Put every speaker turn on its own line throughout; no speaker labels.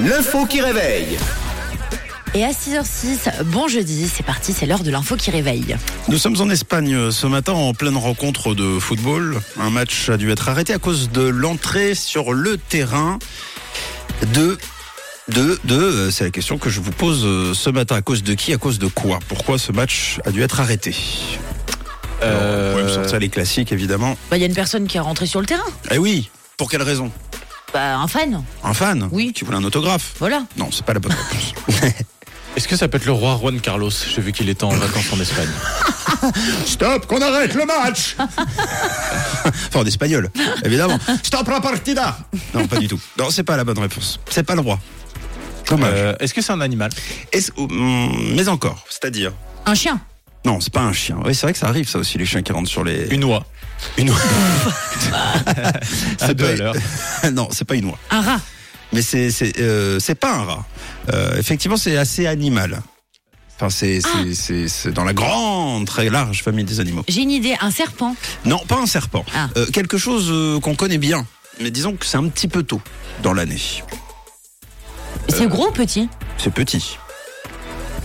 L'info qui réveille.
Et à 6h06, bon jeudi, c'est parti, c'est l'heure de l'info qui réveille.
Nous sommes en Espagne euh, ce matin en pleine rencontre de football. Un match a dû être arrêté à cause de l'entrée sur le terrain de... De, de, euh, c'est la question que je vous pose euh, ce matin. À cause de qui À cause de quoi Pourquoi ce match a dû être arrêté Alors,
Euh,
Vous pouvez me sortir les classiques, évidemment.
Bah, il y a une personne qui est rentrée sur le terrain.
Eh oui Pour quelle raison
Bah, un fan,
Un fan
Oui.
Qui voulait un autographe
voilà.
Non, c'est pas la bonne réponse.
Est-ce que ça peut être le roi Juan Carlos J'ai vu qu'il était en vacances en Espagne.
Stop, qu'on arrête le match Enfin, en espagnol, évidemment. Stop la partida Non, pas du tout. Non, c'est pas la bonne réponse. C'est pas le roi. Dommage.
Euh, Est-ce que c'est un animal
Est-ce- hum, mais encore, c'est-à-dire
Un chien.
Non, c'est pas un chien. Oui, c'est vrai que ça arrive, ça aussi, les chiens qui rentrent sur les...
Une oie.
Une oie.
À deux à l'heure.
Ah, bah, non, c'est pas une oie.
Un rat.
Mais c'est c'est euh, c'est pas un rat. Euh, effectivement, c'est assez animal. Enfin, c'est c'est- c'est- c'est dans la grande, très large famille des animaux.
J'ai une idée, un serpent.
Non, pas un serpent.
Ah.
Euh, quelque chose euh, qu'on connaît bien. Mais disons que c'est un petit peu tôt dans l'année.
C'est gros ou petit
C'est petit.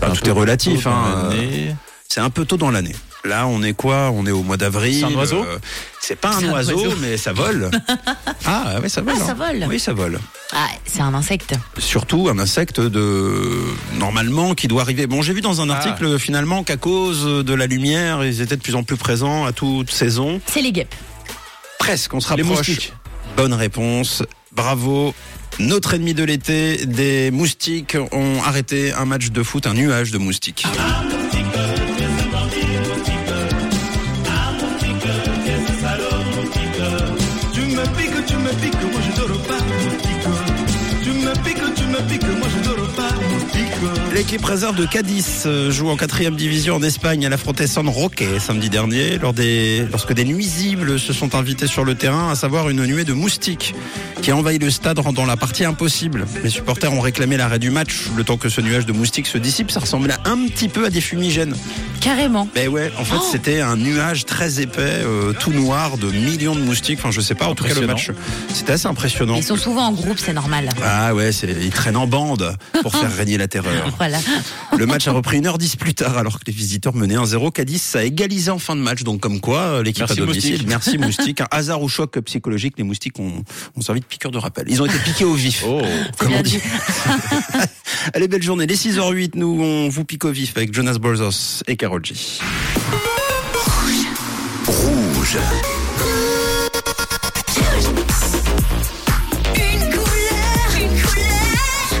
Un
Bah, tout
peu
est relatif.
tôt Oh,
hein.
dans l'année.
C'est un peu tôt dans l'année. Là, on est quoi On est au mois d'avril.
C'est un oiseau
Euh, C'est pas un
C'est un
oiseau,
oiseau.
mais ça vole. ah, oui, ça vole.
Ah, ça
hein.
vole.
Oui, ça vole.
Ah, c'est un insecte.
Surtout un insecte de normalement qui doit arriver. Bon, j'ai vu dans un
Ah.
article finalement qu'à cause de la lumière, ils étaient de plus en plus présents à toute saison.
C'est les guêpes.
Presque, on se
Les
rapproche.
moustiques.
Bonne réponse. Bravo. Notre ennemi de l'été, des moustiques ont arrêté un match de foot, un nuage de moustiques.
Tu me piques, tu me piques, moi je dors pas, moustique. Tu me piques, tu me piques, moi je dors pas, moustique.
L'équipe réserve de Cadiz euh, joue en quatrième division en Espagne. Elle affrontait San Roque samedi dernier lors des- lorsque des nuisibles se sont invités sur le terrain, à savoir une nuée de moustiques qui a envahi le stade rendant la partie impossible. Les supporters ont réclamé l'arrêt du match. Le temps que ce nuage de moustiques se dissipe, ça ressemblait un petit peu à des fumigènes.
Carrément.
Mais ouais, en fait,
Oh.
c'était un nuage très épais, euh, tout noir, de millions de moustiques. Enfin, je sais pas, en tout cas, le match,
Impressionnant.
c'était assez impressionnant.
Ils sont souvent en groupe, c'est normal.
Ah ouais, c'est- ils traînent en bande pour faire régner la terreur.
Voilà.
Le match a repris 1h10 plus tard alors que les visiteurs menaient 1-0. Cadiz, ça a égalisé en fin de match. Donc comme quoi, euh, l'équipe à
Merci,
domicile.
moustiques.
Merci moustiques. Un hasard ou choc psychologique, les moustiques ont, ont servi de piqueur de rappel. Ils ont été piqués au vif.
Oh.
Comme
bien
on dit. Allez, belle journée. Les 6h08, nous, on vous pique au vif avec Jonas Bolzos et Karol G.
Une couleur, une couleur,